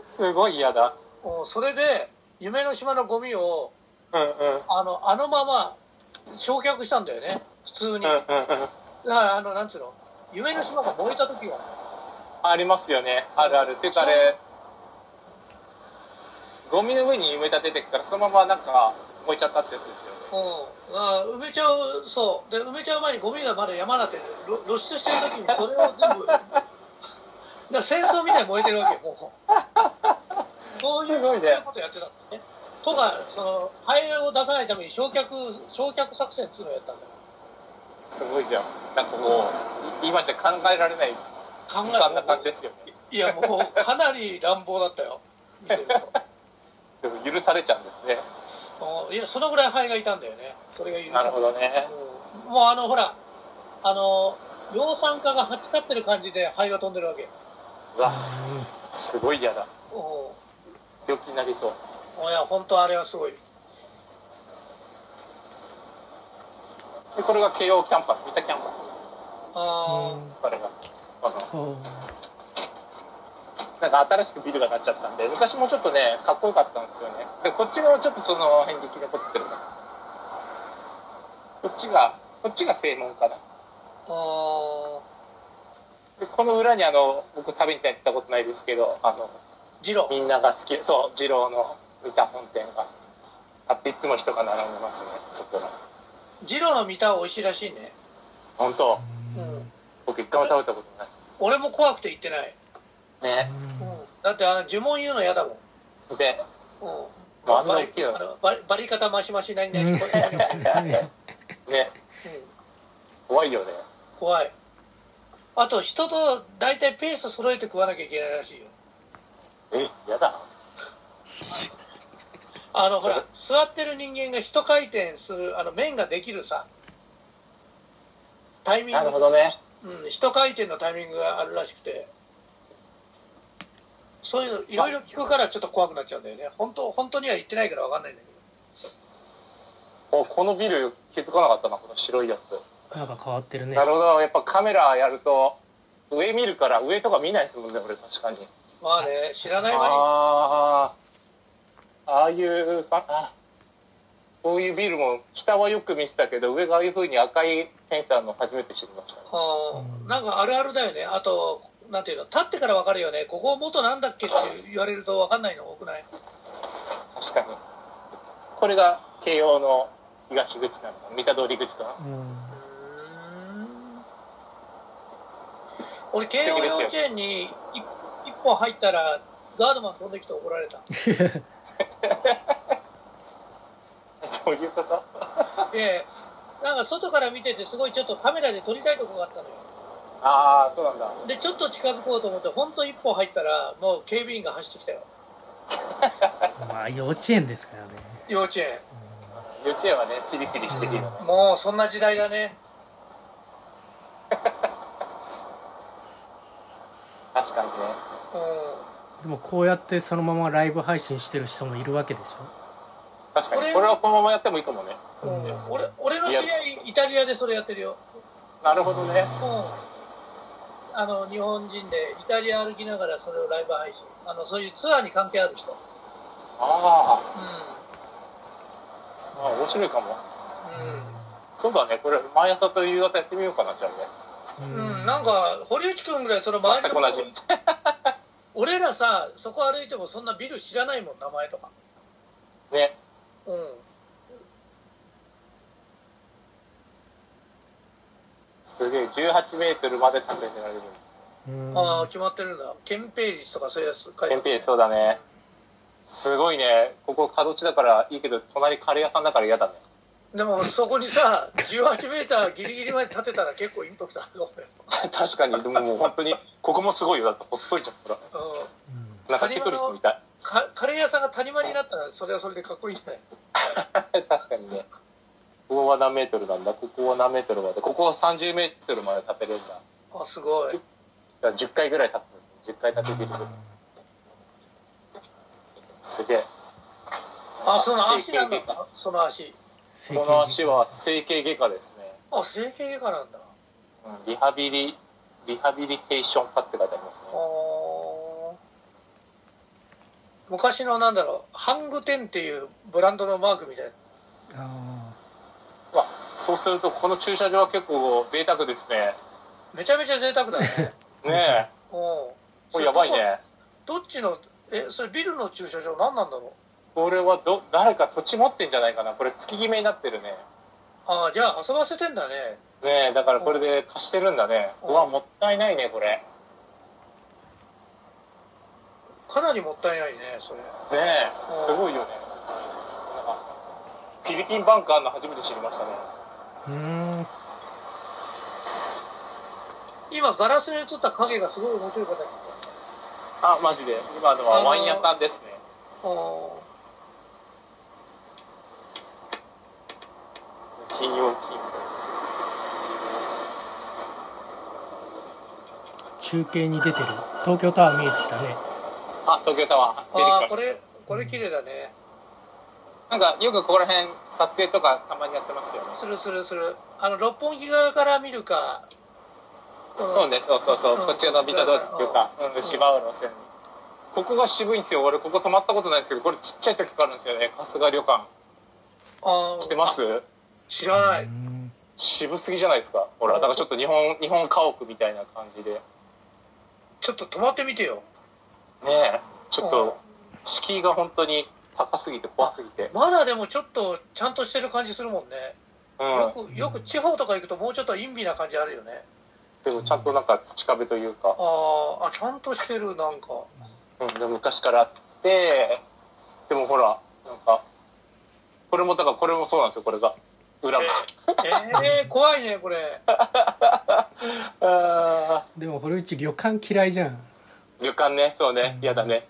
Speaker 1: すごい嫌だ。
Speaker 3: うんそれで夢の島のゴミを
Speaker 1: うんうん。うんうんうん。
Speaker 3: あのあのまま焼却したんだよね普通にだからあのなんつうの夢の島が燃えた時は
Speaker 1: ありますよね。あるある。ていうかあれ、ゴミの上に埋め立ててくから、そのままなんか燃えちゃったってやつですよね。
Speaker 3: うんあ埋めちゃうそうで埋めちゃう前にゴミがまだ山だってろ露出してる時にそれを全部だから戦争みたいに燃えてるわけよもうそういう
Speaker 1: すごい
Speaker 3: そういう
Speaker 1: ね。
Speaker 3: ことやってたんだよね都がそのハエを出さないために焼却焼却作戦っつうのをやったんだよ
Speaker 1: すごいじゃん。なんかもう、い今じゃ考えられない
Speaker 3: 考
Speaker 1: 悲
Speaker 3: え
Speaker 1: 惨な感じですよね。
Speaker 3: いやもうかなり乱暴だったよ見てると
Speaker 1: でも許されちゃうんですね。
Speaker 3: うんいやそのぐらいハエがいたんだよねそれが許
Speaker 1: なるほどね。
Speaker 3: うんもうあのほらあの量産化がはちかってる感じでハエが飛んでるわけ
Speaker 1: うわ、すごい嫌だ。
Speaker 3: お
Speaker 1: 病気になりそう。
Speaker 3: いや本当あれはすごい
Speaker 1: で、これが慶応キャンパス、三田キャンパ
Speaker 3: あ
Speaker 2: うん
Speaker 1: ス。これが。あの
Speaker 2: おう
Speaker 1: なんか新しくビルがなっちゃったんで、昔もちょっとね、かっこよかったんですよね。で、こっちのちょっとその辺劇残ってるな。こっちが、こっちが正門かな。
Speaker 3: ーあ
Speaker 1: で、この裏にあの、僕食べに行ったことないですけど、あの、
Speaker 3: ージロー
Speaker 1: みんなが好き、そう、二郎の三田本店があって、いつも人が並んでますね、そこの。
Speaker 3: ジローの見た美味しいらしいね
Speaker 1: 本当
Speaker 3: うん
Speaker 1: 僕一回も食べたことない。
Speaker 3: 俺も怖くて行ってない、
Speaker 1: ね。
Speaker 3: うんだってあの呪文言うの嫌だもん、
Speaker 1: で、
Speaker 3: うん、
Speaker 1: まあ、あんな
Speaker 3: バ
Speaker 1: 大
Speaker 3: リ
Speaker 1: きいの
Speaker 3: あのバリバリ方マシマシないね、
Speaker 2: うん
Speaker 3: これ
Speaker 1: ね、
Speaker 3: うん
Speaker 1: 怖いよね。
Speaker 3: 怖いあと人と大体ペース揃えて食わなきゃいけないらしいよ
Speaker 1: え、やだ。
Speaker 3: あのほら座ってる人間が一回転するあの面ができるさタイミン
Speaker 1: なるほ
Speaker 3: グ、
Speaker 1: どね。
Speaker 3: うん、一回転のタイミングがあるらしくてそういうのいろいろ聞くからちょっと怖くなっちゃうんだよね本当本当には言ってないから分かんないんだけど
Speaker 1: お、このビル気づかなかったな、この白いやつ。
Speaker 2: なんか変わってるね
Speaker 1: なるほど。やっぱカメラやると、上見るから、上とか見ないですもんね、俺確かに。
Speaker 3: まあね知らない間に
Speaker 1: ああ、ああいう、ああこういうビルも、下はよく見せたけど、上がああいう風に赤いフェンスあるの初めて知りましたね。
Speaker 3: あ
Speaker 2: うん
Speaker 3: ーなんかあるあるだよねあとなんていうの立ってから分かるよねここ元なんだっけって言われると分かんないの多くない
Speaker 1: 確かに。これが慶応の東口なのか、三田通り口かな。
Speaker 2: うん
Speaker 3: 俺慶応幼稚園にい一本入ったらガードマン飛んできて怒られた
Speaker 1: そういうこと
Speaker 3: でなんか外から見ててすごいちょっとカメラで撮りたいとこがあったのよ
Speaker 1: ああ、そうなんだ。
Speaker 3: でちょっと近づこうと思って本当一本入ったらもう警備員が走ってきたよ
Speaker 2: まあ幼稚園ですからね、
Speaker 3: 幼稚園
Speaker 1: 幼稚園はね、ピリピリしていいのね。
Speaker 3: もうそんな時代だね
Speaker 1: 確かにね。
Speaker 3: うん
Speaker 2: でもこうやってそのままライブ配信してる人もいるわけでし
Speaker 1: 確か
Speaker 3: これ
Speaker 1: に。これはこのままやってもいいかもね。
Speaker 2: ょ、
Speaker 3: うん
Speaker 2: うん
Speaker 3: 俺俺の知り合いイタリアでそれやってるよ、
Speaker 1: なるほどね。
Speaker 3: うん、あの日本人でイタリア歩きながらそれをライブ配信あのそういうツアーに関係ある人、うん
Speaker 1: ああ、ああ面白いかも。そうだね、これ毎朝と夕方やってみようかな、じゃあね。
Speaker 3: う
Speaker 2: う
Speaker 3: ん
Speaker 2: ん
Speaker 3: うん、なんか堀内君ぐらいその周りの
Speaker 1: 全く
Speaker 3: 俺らさそこ歩いてもそんなビル知らないもん名前とか
Speaker 1: ね。
Speaker 3: うん
Speaker 1: すげえ、18メートルまで立ててられる。
Speaker 2: うん
Speaker 3: ああ決まってるんだ憲兵率とかそういうやつ書いてある
Speaker 1: 天平そうだね。すごいね。ここ角地だからいいけど、隣カレー屋さんだから嫌だね。
Speaker 3: でもそこにさ18メーターギリギリまで立てたら 結構インパクトあるかもよ
Speaker 1: 確かに、でももう本当に、ここもすごいよ。だって細いじゃん、ほら。
Speaker 3: うん
Speaker 2: うん
Speaker 1: なんかテクリスみたい。
Speaker 3: カカレー屋さんが谷間になったらそれはそれでかっこいいじゃない
Speaker 1: 確かにね。ここは何メートルなんだここは何メートルまでここは30メートルまで立てるんだ。
Speaker 3: あすごい
Speaker 1: だから10回ぐらい立つんですね。10回立ててる。すげえ。
Speaker 3: あその足なんだその足
Speaker 2: 整
Speaker 1: この足は整形外科ですね。
Speaker 3: あ整形外科なんだ
Speaker 1: うんリハビリ、リハビリテーション科って書いてありますね
Speaker 3: あ。ー昔のなんだろうハングテンっていうブランドのマークみたいな
Speaker 2: 形あ
Speaker 1: そうすると、この駐車場は結構贅沢ですね。
Speaker 3: めちゃめちゃ贅沢だね
Speaker 1: ねえ。
Speaker 3: お
Speaker 1: これやばいね。
Speaker 3: どっちのえそれビルの駐車場何なんだろう
Speaker 1: これはど、誰か土地持ってんじゃないかな。これ月決めになってるね。
Speaker 3: ああじゃあ遊ばせてんだね
Speaker 1: ねえ、だからこれで貸してるんだね。
Speaker 3: う
Speaker 1: うんわ、もったいないね、これ。
Speaker 3: かなりもったいないねそれ
Speaker 1: ね
Speaker 3: うん
Speaker 1: え、すごいよね。なんかフィリピンバンクあんの初めて知りましたね。
Speaker 2: あうん
Speaker 3: 今ガラスに映った影がすごい面白い形だ
Speaker 1: あ、マジで。今のはワイン屋さんですね。
Speaker 3: ああ
Speaker 1: 信用金
Speaker 2: 中継に出てる東京タワー見えてきたね
Speaker 1: あ、東京タワー。出
Speaker 3: ああ
Speaker 1: てき
Speaker 3: こ
Speaker 1: まし
Speaker 3: れこれ綺麗だね
Speaker 1: た。なんかよくここら辺撮影とかたまにやってますよね。
Speaker 3: するするするあの六本木側から見るか
Speaker 1: そうね、そうそうそう。
Speaker 3: うん
Speaker 1: こっちのビタドっていうか、うん、芝浦の線。ここが渋いんですよ。俺ここ泊まったことないんですけど、これちっちゃい時からあるんですよね。春日旅館。
Speaker 3: あー
Speaker 1: 知ってま
Speaker 3: あ
Speaker 1: す
Speaker 3: 知らない
Speaker 2: うん
Speaker 1: 渋すぎじゃないですか。ほら、なんかちょっと日本、日本家屋みたいな感じで。ね
Speaker 3: ちょっと泊まってみてよ
Speaker 1: え、ちょっと、敷居が本当に高すぎて怖すぎて。
Speaker 3: まだでもちょっとちゃんとしてる感じするもんね、
Speaker 1: う
Speaker 3: よ
Speaker 1: ん。
Speaker 3: くよく地方とか行くともうちょっと陰微な感じあるよね
Speaker 1: でもちゃんとなんか土壁というか、
Speaker 3: あーあ ちゃんとしてるなんか
Speaker 1: うん、でも昔からあって、でもほら、なんか、これも、だからこれもそうなんですよ、これが。裏が。
Speaker 3: えー、怖いね、これ。
Speaker 1: あ
Speaker 2: でも堀内旅館嫌いじゃん
Speaker 1: ー旅館ね、そうね
Speaker 2: う、ん
Speaker 1: 嫌だね。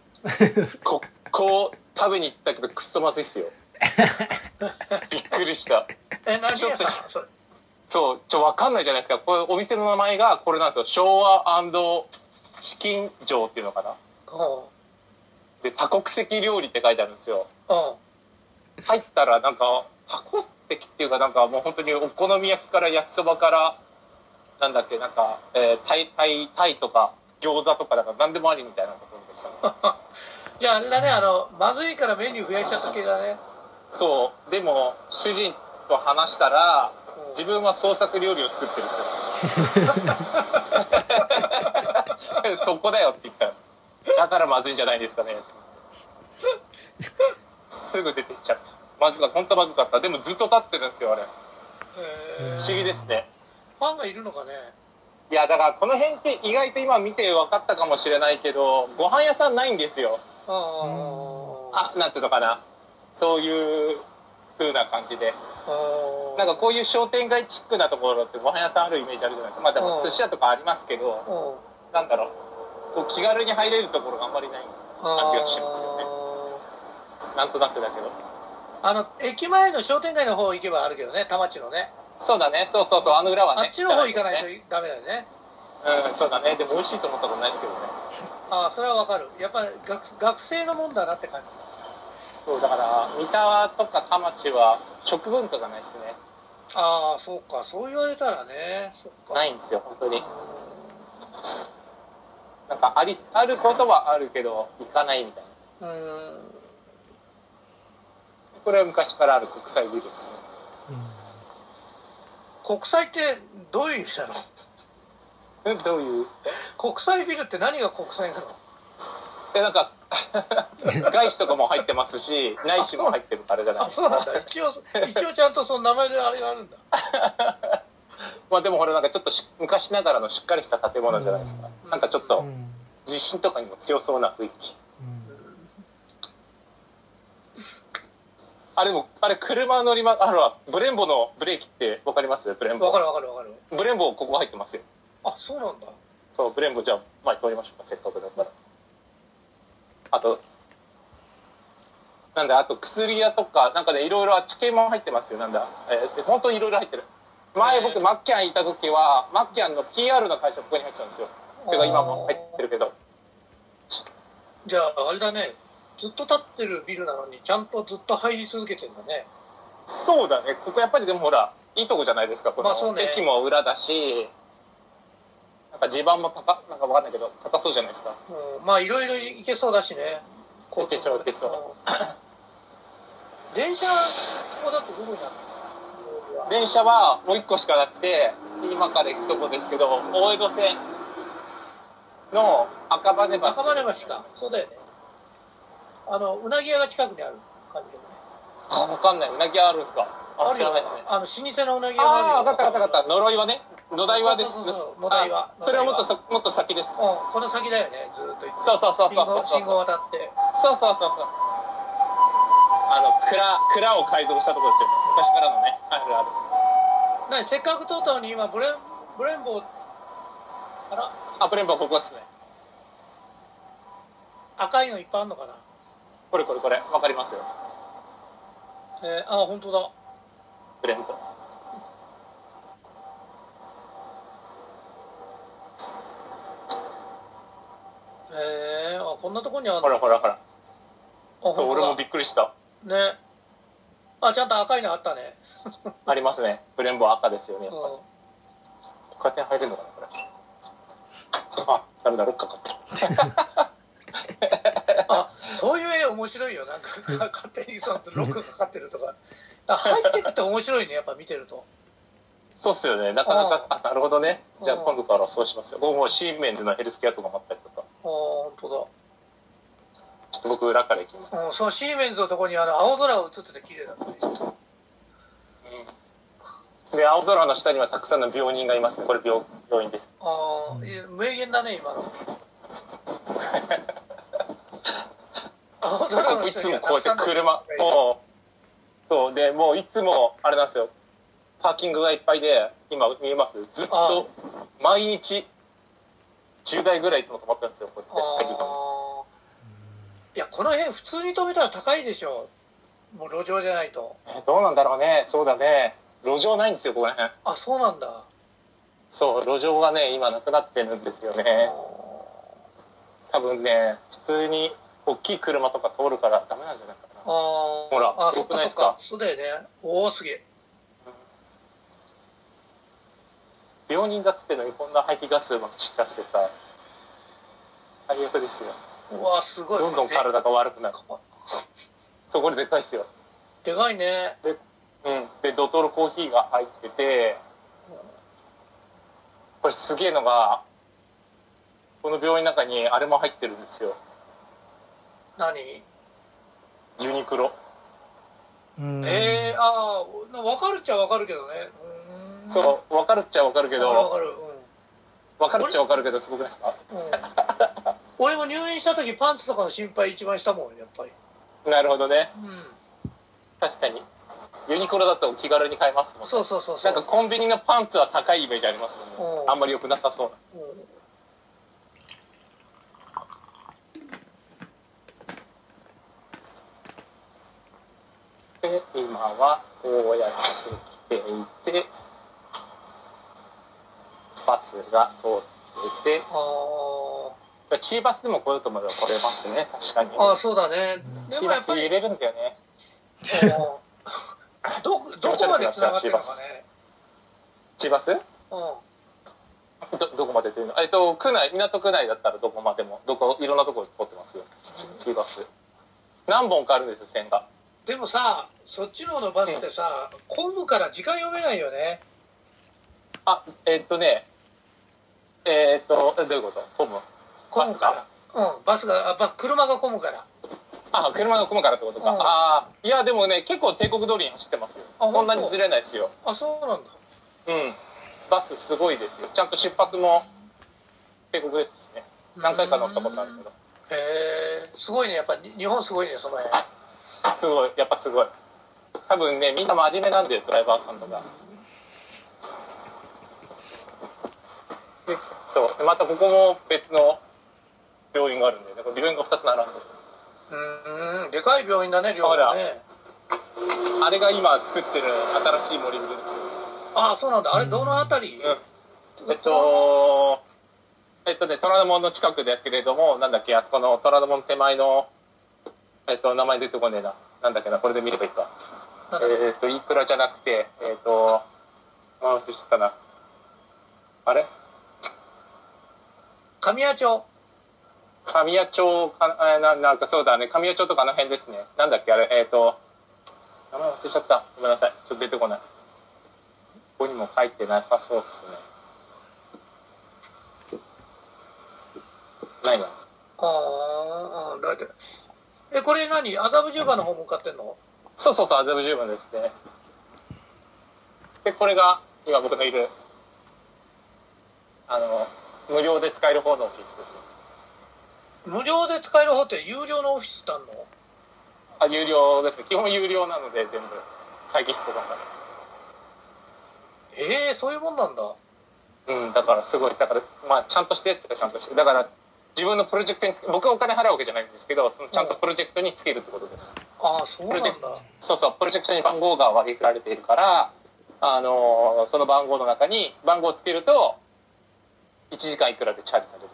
Speaker 1: ここ食べに行ったけど、くっそまずいっ すよ。びっくりした。
Speaker 3: え、何屋さん
Speaker 1: ちょっ
Speaker 3: それ
Speaker 1: そう、ちょ、わかんないじゃないですか。これ、お店の名前がこれなんですよ。昭和チキン城っていうのかな。
Speaker 3: う
Speaker 1: で、多国籍料理って書いてあるんですよ。
Speaker 3: ん。うん。
Speaker 1: 入ったらなんか多国籍っていうかなんかもう本当にお好み焼きから焼きそばからなんだっけなんか、えータイタイタイとか餃子とかなんか何でもありみたいなところでしたね、
Speaker 3: じゃあ、あれだね、あの、まずいからメニュー増やしちゃった系だね。
Speaker 1: そうでも主人と話したら
Speaker 3: うん
Speaker 1: 自分は創作料理を作ってるん ですよそこだよって言ったらだからまずいんじゃないですかねすぐ出てきちゃったまずかった本当まずかったでもずっと立ってるんですよあれ
Speaker 3: えー
Speaker 1: 不思議ですね
Speaker 3: ファンがいるのかね。
Speaker 1: いやだからこの辺って意外と今見て分かったかもしれないけどご飯屋さんないんですよ
Speaker 3: うん
Speaker 1: あなんていうのかなそういう風な感じで
Speaker 3: うん。
Speaker 1: なんかこういう商店街チックなところってご飯屋さんあるイメージあるじゃないですかまあで
Speaker 3: う
Speaker 1: も
Speaker 3: ん
Speaker 1: 寿司屋とかありますけど
Speaker 3: うん。
Speaker 1: なんだろうこう気軽に入れるところがあんまりない感じがしますよねなんとなくだけど
Speaker 3: あの、駅前の商店街の方行けばあるけどね、田町のね。
Speaker 1: そうだねそうそうそうあの裏は
Speaker 3: あ
Speaker 1: ね
Speaker 3: っちの方行かない
Speaker 1: い
Speaker 3: とダメだよね。
Speaker 1: うんそうだねでも美味しいと思ったことないですけどね
Speaker 3: ああ、それはわかる。やっぱり学学生のもんだなって感じ。
Speaker 1: そうだから三沢とか田町は食文化がないですね
Speaker 3: ああ、そうか、そう言われたらね。そっか。
Speaker 1: ないんですよ本当になんかあり、あることはあるけど、行かないみたいな。
Speaker 3: うーん。
Speaker 1: これは昔からある国際ビルですね。
Speaker 3: 国際ってどういう意味なの
Speaker 1: えどういう
Speaker 3: 国際ビルって何が国際なの
Speaker 1: で、なんか、 外資とかも入ってますし、内資も入ってるからじゃない
Speaker 3: あ、
Speaker 1: です
Speaker 3: そう
Speaker 1: か。
Speaker 3: なんだ。一応、一応ちゃんとその名前であれがあるんだ。
Speaker 1: まあでもほら、なんかちょっとし昔ながらのしっかりした建物じゃないですか。なんかちょっ
Speaker 2: う
Speaker 1: と
Speaker 2: んう、ん
Speaker 1: 地震とかにも強そうな雰囲気。あ、でも、あれ、車乗りま、あら、ブレンボのブレーキってわかりますブレン
Speaker 3: わ
Speaker 1: ボ
Speaker 3: か。るわかるわかる。
Speaker 1: ブレンボここ入ってますよ。
Speaker 3: あ、そうなんだ。
Speaker 1: そう、ブレンボじゃあ前通りましょうか、せっかくだから。あと、なんだ、あと薬屋とか、なんかね、いろいろあっち系も入ってますよ、なんだ。えー、本当にいろいろ入ってる。前
Speaker 3: へ
Speaker 1: 僕、
Speaker 3: ー
Speaker 1: マッキャンいた時は、マッキャンの PR の会社ここに入ってたんですよ。てか今も入ってるけど。
Speaker 3: じゃあ、あれだね。ずっと立ってるビルなのに、ちゃんとずっと入り続けてんだね。
Speaker 1: そうだね、ここやっぱりでもほら、いいとこじゃないですか、こ
Speaker 3: まあそう
Speaker 1: の
Speaker 3: ね
Speaker 1: 駅も裏だし、なんか地盤も高、なんかわかんないけど、高そうじゃないですか。
Speaker 3: うん、まあ、いろいろ行けそうだしね。
Speaker 1: 行けそう行けそ
Speaker 3: うん。電車、ここだとどこにあるの
Speaker 1: 電車はもう一個しかなくて今から行くとこですけど大江戸線の赤羽橋
Speaker 3: 赤羽橋か。そうだよね。あの、うなぎ屋が近くにある感じだよね。
Speaker 1: あ分かんないうなぎ屋あるんですかあ知らないですね
Speaker 3: あの、老舗のうなぎ屋が
Speaker 1: ああ
Speaker 3: あ
Speaker 1: ー分
Speaker 3: る
Speaker 1: かった分かった分かった呪いはね野台はです
Speaker 3: そうそうそうそう野台
Speaker 1: あ
Speaker 3: は
Speaker 1: それはもっとそもっと先です
Speaker 3: うん、この先だよね、ずーっと行って。
Speaker 1: そうそうそうそうそ
Speaker 3: 信
Speaker 1: う
Speaker 3: 号、
Speaker 1: そう
Speaker 3: 信
Speaker 1: そう
Speaker 3: 号渡って。
Speaker 1: そうそうそうあの蔵蔵を改造したとこですよね昔からのねあるある
Speaker 3: なに、せっかく通ったのに今、ブレン、ブレンボー、あら、
Speaker 1: アプレンバーここですね
Speaker 3: 赤いのいっぱいあるのかな。
Speaker 1: これこれこれ分かりますよ
Speaker 3: えー、あ、本当だ。
Speaker 1: ブレンボ
Speaker 3: えー、あ、こんなとこにある
Speaker 1: ほ
Speaker 3: の。あ、
Speaker 1: らほらほら
Speaker 3: 本
Speaker 1: そう
Speaker 3: 当
Speaker 1: 俺
Speaker 3: だ
Speaker 1: もびっくりした
Speaker 3: ね。あ、ちゃんと赤いのあったね。
Speaker 1: ありますねブレンボー赤ですよね
Speaker 3: う
Speaker 1: や
Speaker 3: ん
Speaker 1: っぱ。回転入れるのかなこれあダメだロッカー買ってる
Speaker 3: あ、そういう絵面白いよ。なんか、 勝手にそのロックかかってるとか。あ入ってくって面白いね、やっぱ見てると。
Speaker 1: そうっすよねなかなかあなるほどねじゃあ
Speaker 3: うん
Speaker 1: 今度からそうしますよ僕もシーメンズのヘルスケアとかもあったりとか
Speaker 3: あ、本当
Speaker 1: ちょっと僕裏から行きます、
Speaker 3: だ。うん、そのシーメンズのとこにあの青空が映ってて綺麗だったね。
Speaker 1: で青空の下にはたくさんの病人がいますねこれ病病院です
Speaker 3: ああ、いや名言だね、今の。
Speaker 1: 僕いつもこうして車、もう、そう、で、もういつも、あれなんですよ、パーキングがいっぱいで、今見えますずっと、毎日、10台ぐらいいつも止まってるんですよ、こうやって。
Speaker 3: あーいや、この辺普通に止めたら高いでしょ。もう路上じゃないと。
Speaker 1: えどうなんだろうね、そうだね。路上ないんですよ、ここら辺。
Speaker 3: あ、そうなんだ。
Speaker 1: そう、路上がね、今なくなってるんですよね。多分ね、普通に、大きい車とか通るからダメなんじゃないかな。
Speaker 3: あー
Speaker 1: ほら
Speaker 3: あ、
Speaker 1: す
Speaker 3: そ
Speaker 1: ごく
Speaker 3: っか
Speaker 1: ないで
Speaker 3: そっ
Speaker 1: すか
Speaker 3: か。そうだよね。おお、すげえ。
Speaker 1: 病人だっつってんのにこんな排気ガスまき散らしてさ最悪ですよ
Speaker 3: うわ、すごい。
Speaker 1: どんどん体が悪くなるそこででかいっすよ
Speaker 3: でかいね。
Speaker 1: うんでドトールコーヒーが入っててこれすげえのがこの病院の中にあれも入ってるんですよ
Speaker 3: 何
Speaker 1: ユニクロ
Speaker 2: うん
Speaker 3: えー、ああ、なわかるっちゃわかるけどね。うーん
Speaker 1: そう分かるっちゃ分かるけ
Speaker 3: わ
Speaker 1: ど
Speaker 3: かるわか
Speaker 1: 分かるっちゃ分かるけどすごくないですか
Speaker 3: る。うん。うん、 俺も入院した時パンツとかの心配一番したもん、やっぱり。
Speaker 1: なるほどね
Speaker 3: うん。
Speaker 1: 確かにユニクロだと気軽に買えますもんね
Speaker 3: そうそうそうそ
Speaker 1: な
Speaker 3: う。
Speaker 1: んかコンビニのパンツは高いイメージありますもんね
Speaker 3: うん
Speaker 1: あんまり良くなさそうな
Speaker 3: うん
Speaker 1: で今はこうやって来ていてバスが通ってい
Speaker 3: あ
Speaker 1: て中バスでも来ようと思えば来れますね確かに
Speaker 3: ーあー、そうだね。で
Speaker 1: 中
Speaker 3: もや
Speaker 1: バ
Speaker 3: っ
Speaker 1: ス
Speaker 3: ぱ
Speaker 1: 入
Speaker 3: り、
Speaker 1: れるんだよね
Speaker 3: おーどこ、どこまで繋がってるのかね。
Speaker 1: 中バス
Speaker 3: うん。
Speaker 1: どどこまでというのえっと区内港区内だったらどこまでもどこいろんなとこ通ってますよ中バス何本かあるんですよ線が
Speaker 3: でもさ、そっちの方のバスってさ、混むから時間読めないよね。
Speaker 1: あえっとねえっとどういうこと混む
Speaker 3: 混むから。うん、バスが、あバ車が混むから。
Speaker 1: あ車が混むからってことか、
Speaker 3: うん
Speaker 1: ああいやでもね結構帝国通りに走ってますよ
Speaker 3: あ本当
Speaker 1: そんなにずれないですよ
Speaker 3: あ、そうなんだ。
Speaker 1: うん。バスすごいですよ。ちゃんと出発も、帝国ですしね。何回か乗ったことあるけど。
Speaker 3: へえすごいね、やっぱに日本すごいね、その辺。
Speaker 1: すごい、やっぱすごい。多分ね、みんな真面目なんだよ、ドライバーさんとか。でそう。でまたここも別の病院があるんでね。これ病院が2つ並んで
Speaker 3: うーん、でかい病院だね、両方ね。
Speaker 1: る。あれが今作ってる新しい森ビルですよ。
Speaker 3: ああ、そうなんだ。あれ、どのあたり
Speaker 1: うん。えっと、えっとね、虎ノ門の近くだけれども、なんだっけ、あそこの虎ノ門手前の、えっと、名前出てこねえな。なんだっけな、これで見ればいいか。
Speaker 3: なんだっけ
Speaker 1: えっと、イクラじゃなくて、えっと、マウスしてたな。あれ
Speaker 3: 神谷町。
Speaker 1: 神谷町か、あななんかそうだね、神谷町とかあの辺ですね。なんだっけ、あれ、えっと、名前忘れちゃった。ごめんなさい。ちょっと出てこない。ここにも書いてなさそうっすね。ないな。
Speaker 3: あーあー、だいたい。え、これ何麻布十番の方向かってんの
Speaker 1: そうそうそう、麻布十番ですね。で、これが今僕のいる、あの、無料で使える方のオフィスです。
Speaker 3: 無料で使える方って有料のオフィスってあんの
Speaker 1: あ、有料ですね。基本有料なので、全部。会議室とか
Speaker 3: ええそういうもんなんだ。
Speaker 1: まで。うん、だからすごい。だから、まあ、ちゃんとしてって言ったらちゃんとして。だから、自分のプロジェクトにつけ、僕はお金払うわけじゃないんですけど、そのちゃんとプロジェクトにつけるってことです。
Speaker 3: ああ、そう
Speaker 1: プ
Speaker 3: な
Speaker 1: ロ
Speaker 3: ん
Speaker 1: ジ
Speaker 3: だ
Speaker 1: ェク。ト、そうそう、プロジェクトに番号が割り振られているから、あのーその番号の中に番号をつけると、1時間いくらでチャージされる。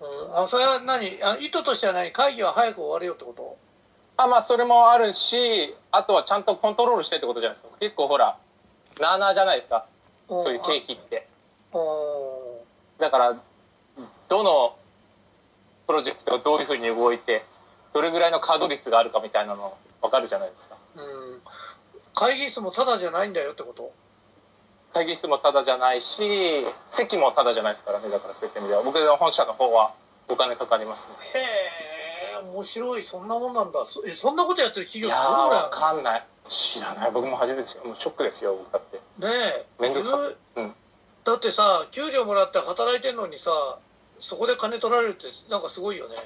Speaker 3: うん、あそれは何あ意図としては何会議は早く終われよってこと
Speaker 1: あ、まあ、それもあるし、あとはちゃんとコントロールしてってことじゃないですか。結構ほら、なあなあじゃないですか。そういう経費って。
Speaker 3: お
Speaker 1: だから、どのプロジェクトがどういうふうに動いて、どれぐらいの稼働率があるかみたいなの分かるじゃないですか。
Speaker 3: うん会議室もタダじゃないんだよってこと
Speaker 1: 会議室もタダじゃないし、席もタダじゃないですからね。だからそういった意味では。僕の本社の方はお金かかりますね。
Speaker 3: へえ面白いそんなもんなんだそえそんなことやって
Speaker 1: い
Speaker 3: る企業
Speaker 1: や
Speaker 3: ってど
Speaker 1: ー、
Speaker 3: のぐ
Speaker 1: わかんない。知らない。僕も初めて知るもうショックですよ、僕だって。
Speaker 3: らいあるのねえ
Speaker 1: めんどくさ
Speaker 3: 自分
Speaker 1: うん
Speaker 3: だってさ給料もらって働いてんのにさそこで金取られるってなんかすごいよね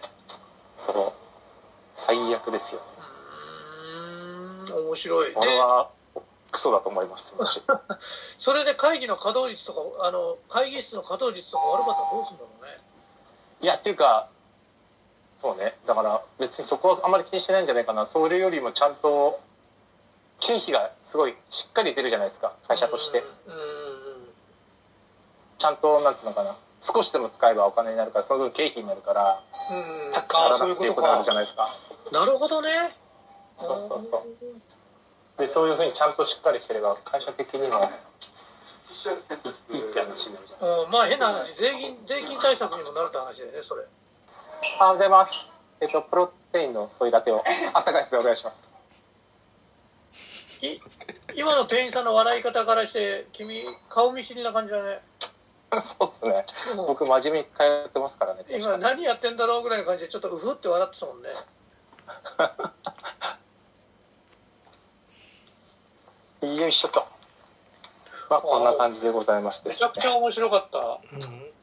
Speaker 1: その最悪ですよ。
Speaker 3: うーん面白いで
Speaker 1: 俺は、クソだと思います。
Speaker 3: それで会議の稼働率とかあの会議室の稼働率とか悪かったらどうするんだろうね
Speaker 1: いや、っていうか、そうね。だから、別にそこはあまり気にしてないんじゃないかな。それよりもちゃんと、経費がすごいしっかり出るじゃないですか。会社として。
Speaker 3: うんうん
Speaker 1: ちゃんと、なんつうのかな。少しでも使えばお金になるから、その分経費になるから、
Speaker 3: うんうん
Speaker 1: タックス払わ
Speaker 3: あーそうい
Speaker 1: なく
Speaker 3: うこ
Speaker 1: てよ
Speaker 3: と
Speaker 1: くなるじゃ
Speaker 3: か
Speaker 1: ないですか。
Speaker 3: なるほどね
Speaker 1: そうそうそう。で、そういうふうにちゃんとしっかりしてれば、会社的にもいいって話になるじゃん。
Speaker 3: うん、まあ変な話税金税金対策にもなるって話だよねそれ
Speaker 1: おはようございます。えっと、プロテインのソイラテを、あったかいやつでお願いします。
Speaker 3: い今の店員さんの笑い方からして君顔見知りな感じだね
Speaker 1: そうっすね。
Speaker 3: うん
Speaker 1: 僕、真面目に通ってますからね。
Speaker 3: 今何やってんだろうぐらいの感じでちょっとうふって笑ってたもんね
Speaker 1: よいしょと。まあ、こんな感じでございますで
Speaker 3: め
Speaker 1: す
Speaker 3: ちゃくち
Speaker 1: ね。
Speaker 3: ゃ面白かった
Speaker 2: うん